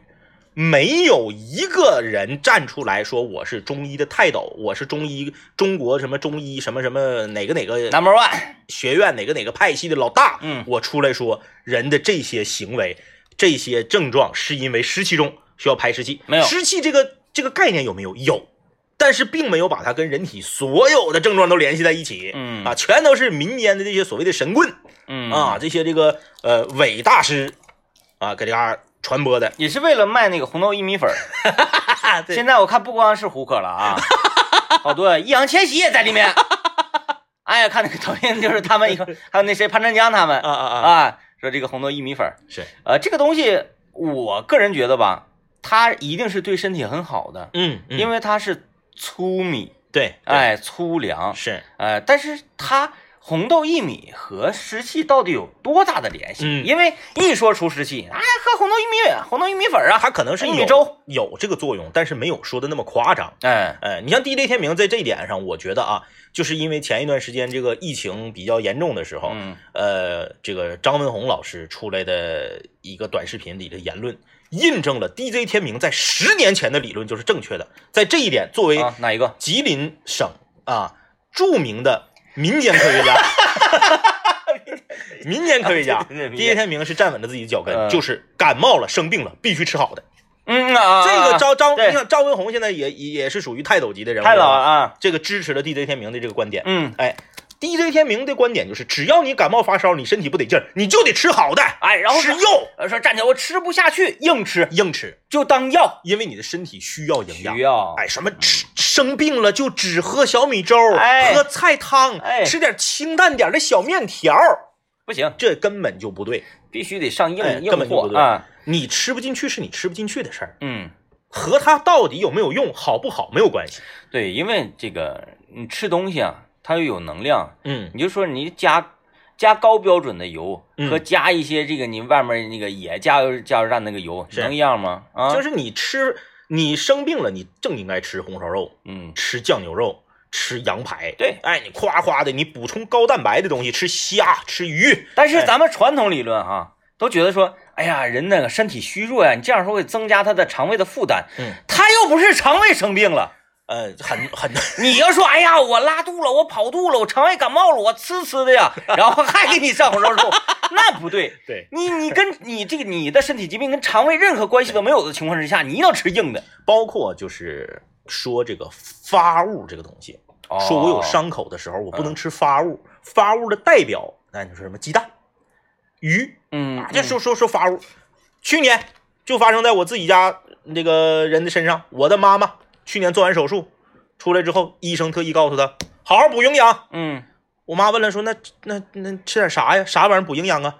没有一个人站出来说我是中医的泰斗，我是中医中国什么中医什么什么哪个哪个 Number one，学院哪个哪个派系的老大，嗯我出来说人的这些行为、这些症状是因为湿气重，需要排湿气。没有湿气这个这个概念有没有？有，但是并没有把它跟人体所有的症状都联系在一起。嗯啊，全都是民间的这些所谓的神棍、嗯啊，，这些这个呃伪大师啊，搁这嘎传播 的。也是为了卖那个红豆薏米粉儿。 对现在我看不光是胡歌了 啊，好多易烊千玺也在里面。哎呀，看那个抖音，就是他们一个，还有那谁潘长江他们啊啊啊！啊，说这个红豆薏米粉儿，是，呃，这个东西我个人觉得吧，它一定是对身体很好的，嗯，嗯因为它是粗米，对，对，哎，粗粮，是，呃，但是它红豆薏米和湿气到底有多大的联系？嗯因为一说出湿气，哎，喝红豆薏米，红豆薏米粉儿啊，它可能是玉米有粥有这个作用，但是没有说的那么夸张。哎，哎，你像 DJ 天明在这一点上，我觉得啊，就是因为前一段时间这个疫情比较严重的时候，嗯呃，这个张文宏老师出来的一个短视频里的言论，印证了 DJ 天明在十年前的理论就是正确的。在这一点，作为啊，哪一个？吉林省啊著名的民间科学 家，民间科学家对对对民间，DJ 天明是站稳了自己的脚跟，嗯就是感冒了、生病了必须吃好的。嗯啊，这个招张张，对你想张文宏现在也也也是属于泰斗级的人物，太老了啊，这个支持了 DJ 天明的这个观点。嗯哎 DJ 天明的观点就是，只要你感冒发烧，你身体不得劲儿，你就得吃好的，哎，然后吃说肉，呃说站起来我吃不下去，硬吃硬吃，就当药，因为你的身体需要营养需。要，哎，什么吃生病了就只喝小米粥，哎喝菜汤，哎吃点清淡点的小面条儿，不行，这根本就不对。必须得上硬、哎硬根本就不货对啊，你吃不进去是你吃不进去的事儿，嗯，和它到底有没有用、好不好没有关系。对，因为这个你吃东西啊，它又有能量，嗯，你就说你加加高标准的油、嗯和加一些这个你外面那个也加油加油站那个油是能一样吗？啊，就是你吃，你生病了，你正应该吃红烧肉，嗯，吃酱牛肉，吃羊排。对哎，你夸夸的，你补充高蛋白的东西，吃虾，吃鱼。但是咱们传统理论哈、都觉得说，哎呀，人那个身体虚弱呀、你这样说会增加他的肠胃的负担，嗯，他又不是肠胃生病了。呃，很很，你要说，哎呀，我拉肚了，我跑肚了，我肠胃感冒了，我呲呲的呀，然后还给你上红烧肉， 那不 对。对，你你跟你这个你的身体疾病跟肠胃任何关系都没有的情况之下，你一定要吃硬的。 包括就是说这个发物这个东西，哦说我有伤口的时候，我不能嗯吃发物，发物的代表，那你说什么鸡蛋、鱼，嗯，嗯，这说说说发物，去年就发生在我自己家那个人的身上。我的妈妈去年做完手术出来之后，医生特意告诉她，好好补营养。嗯，我妈问了说，那那那吃点啥呀？啥玩意儿补营养啊？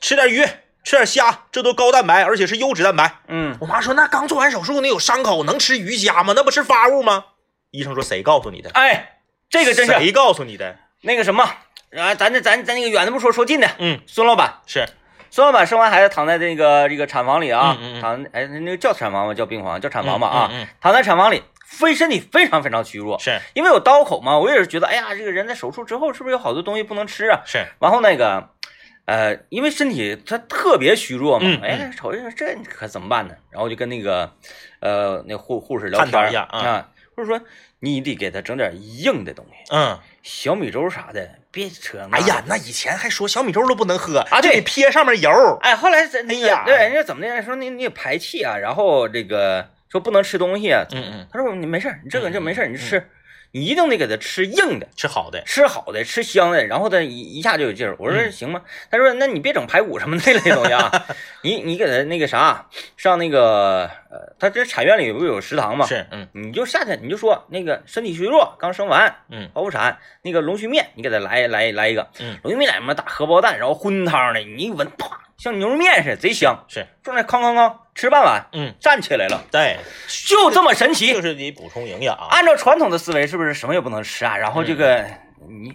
吃点鱼，吃点虾，这都高蛋白，而且是优质蛋白。嗯我妈说，那刚做完手术，那有伤口能吃鱼虾吗？那不是发物吗？医生说，谁告诉你的？哎，这个真是谁告诉你的？那个什么，啊，咱这咱咱那个远的不说，说近的，嗯，孙老板，是孙老板生完孩子躺在这个这个产房里啊，嗯嗯嗯躺哎那个叫产房吗？叫病房，叫产房吧啊，嗯嗯嗯躺在产房里，非身体非常非常虚弱，是因为有刀口嘛，我也是觉得，哎呀，这个人在手术之后是不是有好多东西不能吃啊？是，然后那个，呃，因为身体它特别虚弱嘛，嗯嗯哎，瞅瞅这你可怎么办呢？然后就跟那个，呃，那护护士聊探天讨儿一下啊啊，护士说你得给他整点硬的东西，嗯。小米粥啥的，别扯那。哎呀，，那以前还说小米粥都不能喝啊就对得撇上面油。哎，后来这那哎个呀对人家怎么的说你你也排气啊，然后这个说不能吃东西啊，嗯嗯，他说你没事儿，你这个这没事儿，你就吃，你一定得给他吃硬的。吃好的。吃好的，吃香的，然后他一一下就有劲儿。我嗯说行吗？他说那你别整排骨什么那类东西 啊，你你给他那个啥，上那个呃，他这产院里不有食堂吗？，是，嗯你就下去你就说那个身体虚弱，刚生完，嗯剖腹产，那个龙须面你给他来来来一个，嗯，龙须面里面打荷包蛋，然后荤汤的，你一闻啪，像牛肉面似的，贼香。是，坐那哐哐哐吃半碗，嗯，站起来了，对，就这么神奇。就是得补充营养啊。按照传统的思维，是不是什么也不能吃啊？然后这个、嗯你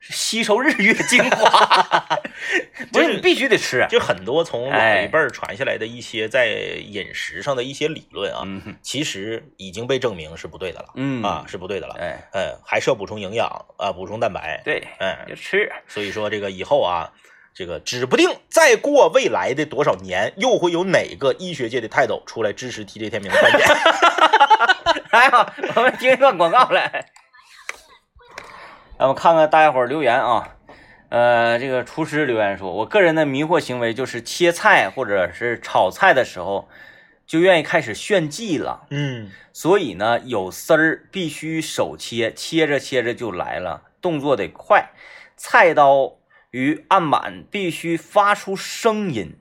吸收日月精 华，不就是是你必须得吃。啊就很多从老哎一辈儿传下来的一些在饮食上的一些理论啊，嗯其实已经被证明是不对的了、嗯啊，，是不对的了。哎，嗯，还是要补充营养啊，补充蛋白。，对，嗯，就吃。 所以说这个以后啊，这个指不定再过未来的多少年，又会有哪个医学界的泰斗出来支持 TJ 天明的观 点。来吧，哎我们听一段广告来。让我们看看大家伙儿留言啊。呃，这个厨师留言说，我个人的迷惑行为就是切菜或者是炒菜的时候，就愿意开始炫技了。嗯，所以呢，有丝儿必须手切，切着切着就来了，动作得快。菜刀与案板必须发出声音，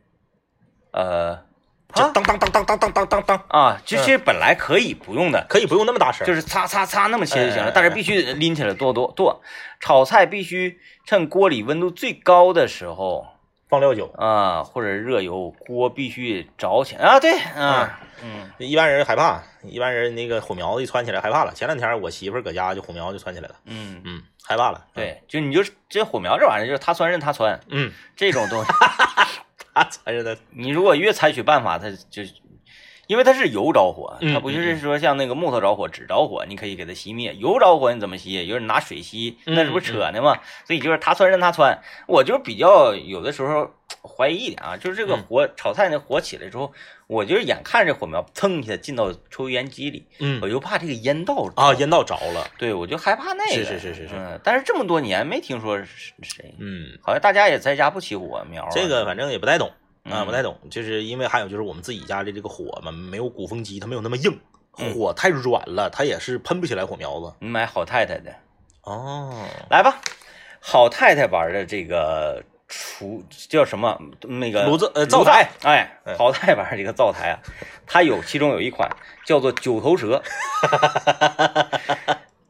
呃，就啊当当当当当当当当当，啊，其嗯实本来可以不用的，可以不用那么大声。就是擦擦擦那么切就行哎哎了哎，但是必须得拎起来剁剁剁。炒菜必须趁锅里温度最高的时候放料酒。啊，或者热油，锅必须着起来啊，对啊，嗯一般人害怕，一般人那个火苗子一窜起来害怕了。前两天我媳妇儿搁家就火苗就窜起来了，嗯，嗯，害怕了。，对，就你就这火苗这玩意儿，就是他窜任他窜。嗯，这种东西，啊，才是的，你如果越采取办法，它就，因为它是油着火，嗯它不就是说像那个木头着火、纸着火，你可以给它熄灭。油着火你怎么熄？就是拿水熄，嗯那这不扯呢吗？所以就是他窜任他窜。我就比较有的时候怀疑一点啊，就是这个嗯火炒菜那火起来之后，我就是眼看这火苗蹭一下进到抽油烟机里，嗯我就怕这个烟道着啊，。烟道着了，对，我就害怕那个。是是是是是嗯，但是这么多年没听说是是谁，嗯，好像大家也在家不起火苗啊。这个反正也不太懂啊，嗯不太懂，就是因为还有就是我们自己家的这个火嘛，没有鼓嗯风机，它没有那么硬，火太软了，它也是喷不起来火苗子。你买好太太的。哦，来吧，好太太玩的这个厨叫什么？那个炉子呃灶灶台，哎嗯，好太太玩这个灶台啊，它有其中有一款叫做九头 蛇，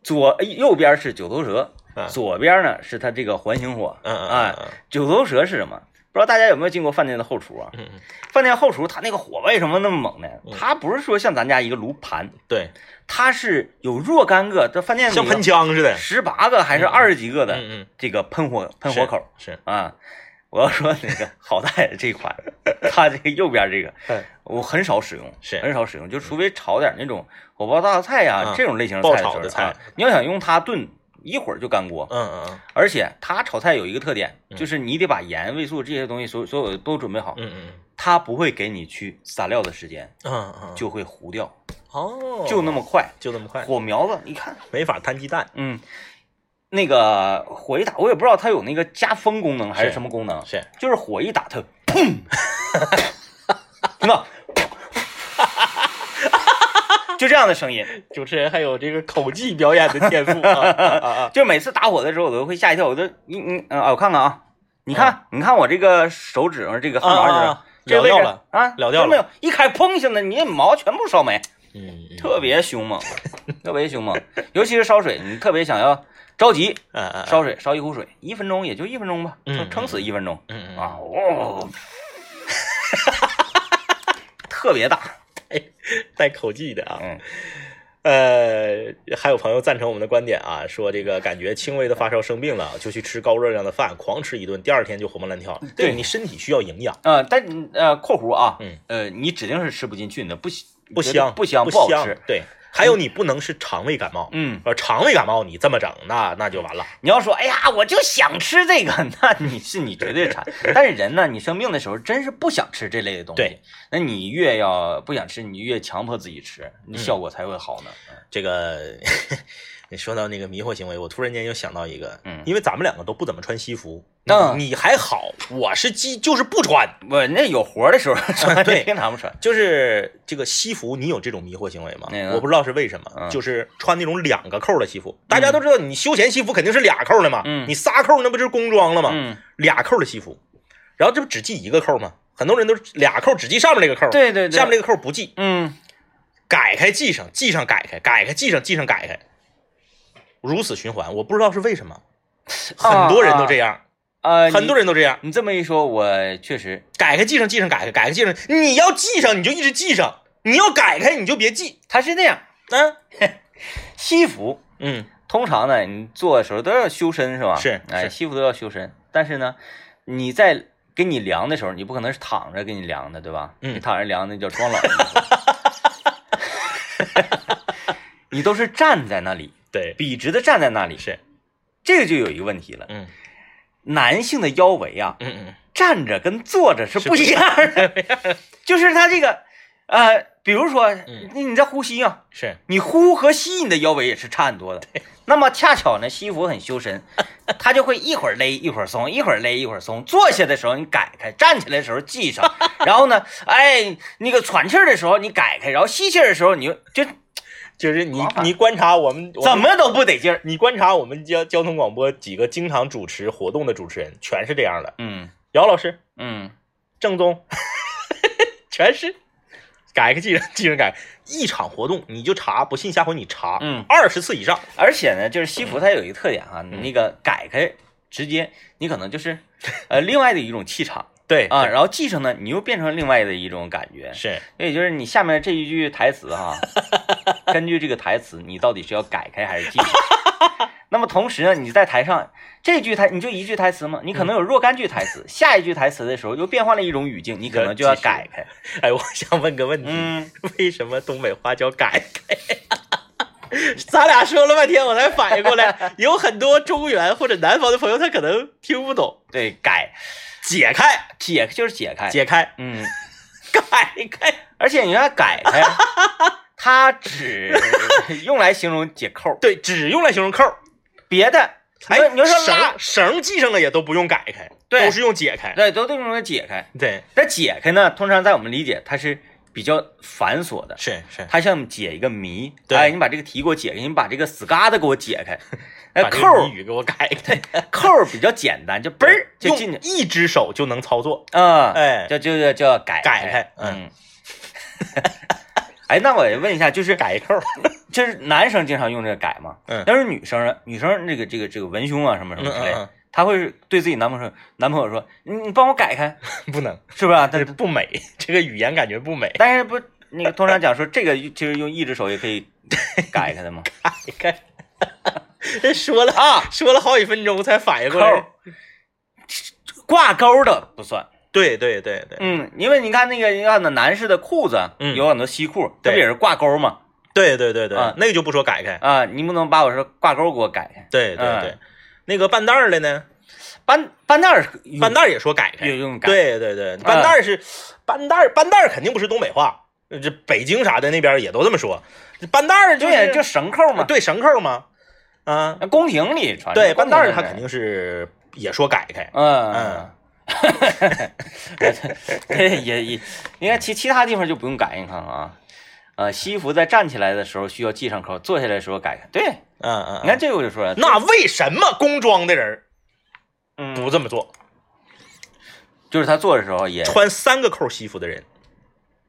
左右边是九头蛇嗯，左边呢是它这个环形火。嗯嗯哎嗯九头蛇是什么？不知道大家有没有进过饭店的后厨啊？嗯嗯，饭店后厨它那个火为什么那么猛呢？它不是说像咱家一个炉盘，对，它是有若干个，这饭店像喷枪似的，十八个还是二十几个的嗯嗯，这个喷火喷火口是，啊。我要说那 个好在这款，它这个右边这个嗯我很少使用，是很少使用，就除非炒点那种火爆大菜呀、嗯这种类型爆菜炒时候的菜啊，你要想用它炖，一会儿就干锅。嗯嗯而且它炒菜有一个特点，就是你得把盐、味素这些东西所所有的都准备好，嗯嗯它不会给你去撒料的时间，嗯嗯，就会糊掉，哦，就那么快。就那么快，火苗子，你看，没法摊鸡蛋，嗯，那个火一打，我也不知道它有那个加风功能还是是什么功能，是，就是火一打它，砰， 听到， 就这样的声音，主持人还有这个口技表演的天 赋啊啊啊，就每次打火的时候我都会吓一跳，我都你你啊，我看看啊，你看、嗯你看我这个手指上这个汗毛啊啊就是啊这个燎掉位置了啊，燎掉真没有，一开砰一下子，你那毛全部烧没。嗯，特别凶猛，特别凶猛，尤其是烧水，你特别想要着急嗯嗯烧水，烧一壶水，一分钟也就一分钟吧，嗯撑撑死一分钟嗯啊！哦， 特别大，带口技的啊，嗯，呃，还有朋友赞成我们的观点啊，说这个感觉轻微的发烧生病了，就去吃高热量的饭，狂吃一顿，第二天就活蹦乱跳。对你身体需要营养，呃，但你呃，括弧啊，嗯，呃，你指定是吃不进去，你的不喜不香，不不香，不好香吃，。对，还有你不能是肠胃感冒，嗯，呃，肠胃感冒你这么整，那那就完了。你要说，哎呀，我就想吃这个， 那你是你绝对 馋。但是人呢，你生病的时候真是不想吃这类的东西。对，那你越要不想吃，你越强迫自己吃，那效果才会好呢。这个 你说到那个迷惑行为，我突然间又想到一个，嗯因为咱们两个都不怎么穿西服，嗯你还好，我是基就是不穿，我那有活儿的时候 穿，嗯对经常不穿。就是这个西服，你有这种迷惑行为吗那？个我不知道是为什么，嗯就是穿那种两个扣的西服。大家都知道，你休闲西服肯定是俩扣的嘛，嗯你仨扣那不就是工装了吗？嗯，俩扣的西服，然后这不只系一个扣吗？很多人都是俩扣只系上面那个扣，对对对，下面那个扣不系，嗯，改开系上，系上改开，改开系上，系上改开，如此循环。我不知道是为什么，很多人都这样，呃，很多人人都这样，你这么一说，我确实改开系上，系上改开，改开系上，你要系上你就一直系上，你要改开你就别系，他是那样。嗯西服嗯。通常呢，你做的时候都要修身是吧？是哎，是西服都要修身。但是呢，你在给你量的时候，你不可能是躺着给你量的，对吧？嗯你躺着量那叫装老。 你都是站在那里，对，笔直的站在那里，是，这个就有一个问题了。嗯男性的腰围啊，嗯站着跟坐着是是不不一样的，就是他这个，呃，比如说，你你在呼吸啊嗯，，是，你呼和吸，你的腰围也是差很多的。那么恰巧呢，西服很修身，它就会一会儿勒一会儿松，一会儿勒一会儿松。坐下的时候你改开，站起来的时候系 上，然后呢，哎，那个喘气儿的时候你改开，然后吸气儿的时候你就就就是你麻烦你观察我们怎？我们么都不得劲儿。你观察我们交交通广播几个经常主持活动的主持人，全是这样的。嗯姚老师、嗯，正宗， 全是改个记人记人改一场活动你就查，不信下回你查，嗯二十次以上，而且呢，就是西服它有一个特点啊，你嗯那个改开直接你可能就是呃另外的一种气场。对啊，然后继承呢，你又变成另外的一种感觉，是，所以就是你下面这一句台词哈，根据这个台词，你到底是要改开还是继承？ 那么同时呢，你在台上这句台你就一句台词嘛，你可能有若干句台词，下一句台词的时候又变换了一种语境，你可能就要改开。哎，我想问个问题，嗯，为什么东北话叫改改？ 咱俩说了半天，我才反应 过来，有很多中原或者南方的朋友，他可能听不懂。对，改解开，解就是解开，解开， 嗯，改开。而且你看改开，啊它只用来形容解扣，对，只用来形容扣儿。别的，你哎说，你要说拉绳，绳系上了也都不用改开，对都是用解开。对，都都用来解开。对，这解开呢，通常在我们理解它是比较繁琐的，是是，他像解一个谜，对哎，你把这个题给我解开，你把这个死疙瘩给我解开，那把这扣个谜儿语给我改 开，扣儿比较简单，就嘣 儿就用进去，一只手就能操作，嗯，哎就就就就改改开嗯。 哎，那我也问一下，就是改扣儿，就是男生经常用这个改吗？嗯要是女生呢？女生这个这个这个文胸啊什么什嗯么之类的，嗯她会对自己男朋友男朋友说：“你你帮我改开，嗯， 不能，是不是、啊？”这但不美，这个语言感觉不美，但是不那个通常讲说这个其实用一只手也可以改开的嘛。改开。这 说了啊，说了好几分钟才反应扣过来儿，挂钩的不算。对对对对嗯，因为你看那个你看那男士的裤子，嗯有很多西裤，这不对也是挂钩嘛？对对对对啊，那个就不说改开，啊，你不能把我说挂钩给我改开。对对嗯对，那个半袋儿的呢，半半袋儿半袋儿也说改啊开也，用改，对对对，半袋儿是半袋儿，半袋儿肯定不是东北话，这北京啥的那边儿也都这么说，半袋儿就是对，就绳扣嘛。对绳扣嘛，啊，那宫廷里穿对，半袋儿他他肯，定是也说改开，嗯嗯， 也也，你看其其他地方就不用改，你看看啊，呃，西服在站起来的时候需要系上扣，坐下来的时候改开。对，嗯嗯，你看这个我就说了，那为什么工装的人儿嗯，不这么做？就是他坐的时候也穿三个扣西服的人，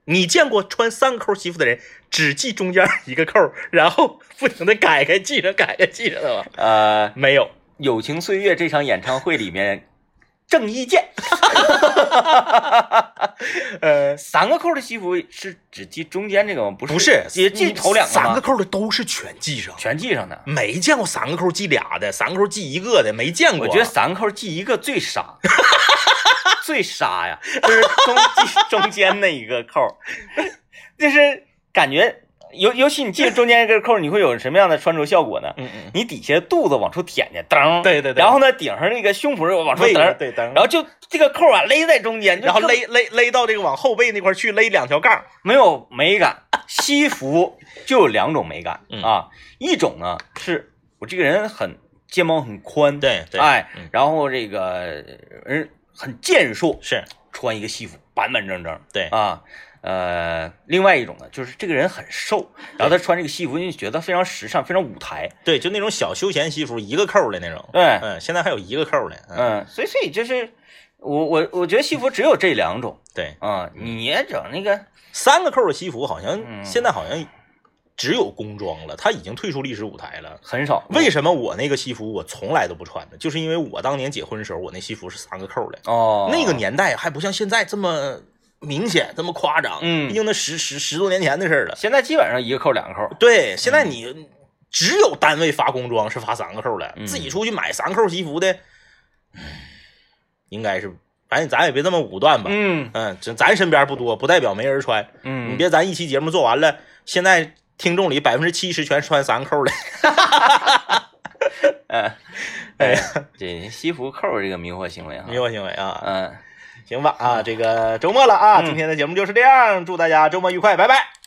你见过穿三个扣西服的人只系中间一个扣，然后不停的改开系上改开系上的吗？呃，《没有，友情岁月》这场演唱会里面，郑伊健呃，三个扣的西服是只系中间这个吗？不是，不是，也系头两个三吗个扣的都是全系上。全系上的。没见过三个扣系俩的，三个扣系一个的，没见过。我觉得三扣系一个最 傻，最傻呀，就是中系中间那一个扣儿，就是感觉尤尤其你系中间一个扣儿，你会有什么样的穿着效果呢？嗯嗯，你底下肚子往出舔去，噔，对对对然后呢顶上那个胸脯往出为蹬了儿，对嗯灯，然然后就这个扣儿啊勒在中间，就然后特勒勒勒到这个往后背那块儿去，勒两条杠。没有美感。西服就有两种美感、嗯啊，一种呢是我这个人很睫毛很宽，对对，哎嗯，然后这个人很健硕，是穿一个西服板板正正对啊。呃，另外一种呢，就是这个人很瘦，然后他穿这个西服，你就觉得非常时尚，非常舞台。对，就那种小休闲西服，一个扣儿的那种。对，嗯，现在还有一个扣儿的。嗯，嗯，所以所以就是我我我觉得西服只有这两种对，啊，你也整那个三个扣儿的西服好嗯像现在好像只有工装了，它已经退出历史舞台了。很少。为什么我那个西服我从来都不穿呢？就是因为我当年结婚的时候，我那西服是三个扣儿的，哦，那个年代还不像现在这么明显、这么夸张。嗯毕竟那十十十多年前的事儿了。现在基本上一个扣两个扣，对，现嗯在你只有单位发工装是发三个扣的，嗯自己出去买三扣西服的，唉应该是，反正咱也别这么武断吧。嗯嗯，这咱身边不多，不代表没人穿。嗯，你别，咱一期节目做完了，现在听众里百分之七十全穿三扣啊的。哎 哎，这西服扣这个迷惑行为哈没，有行为啊，嗯。行吧啊，这个周末了啊，嗯今天的节目就是这样，祝大家周末愉快，拜拜。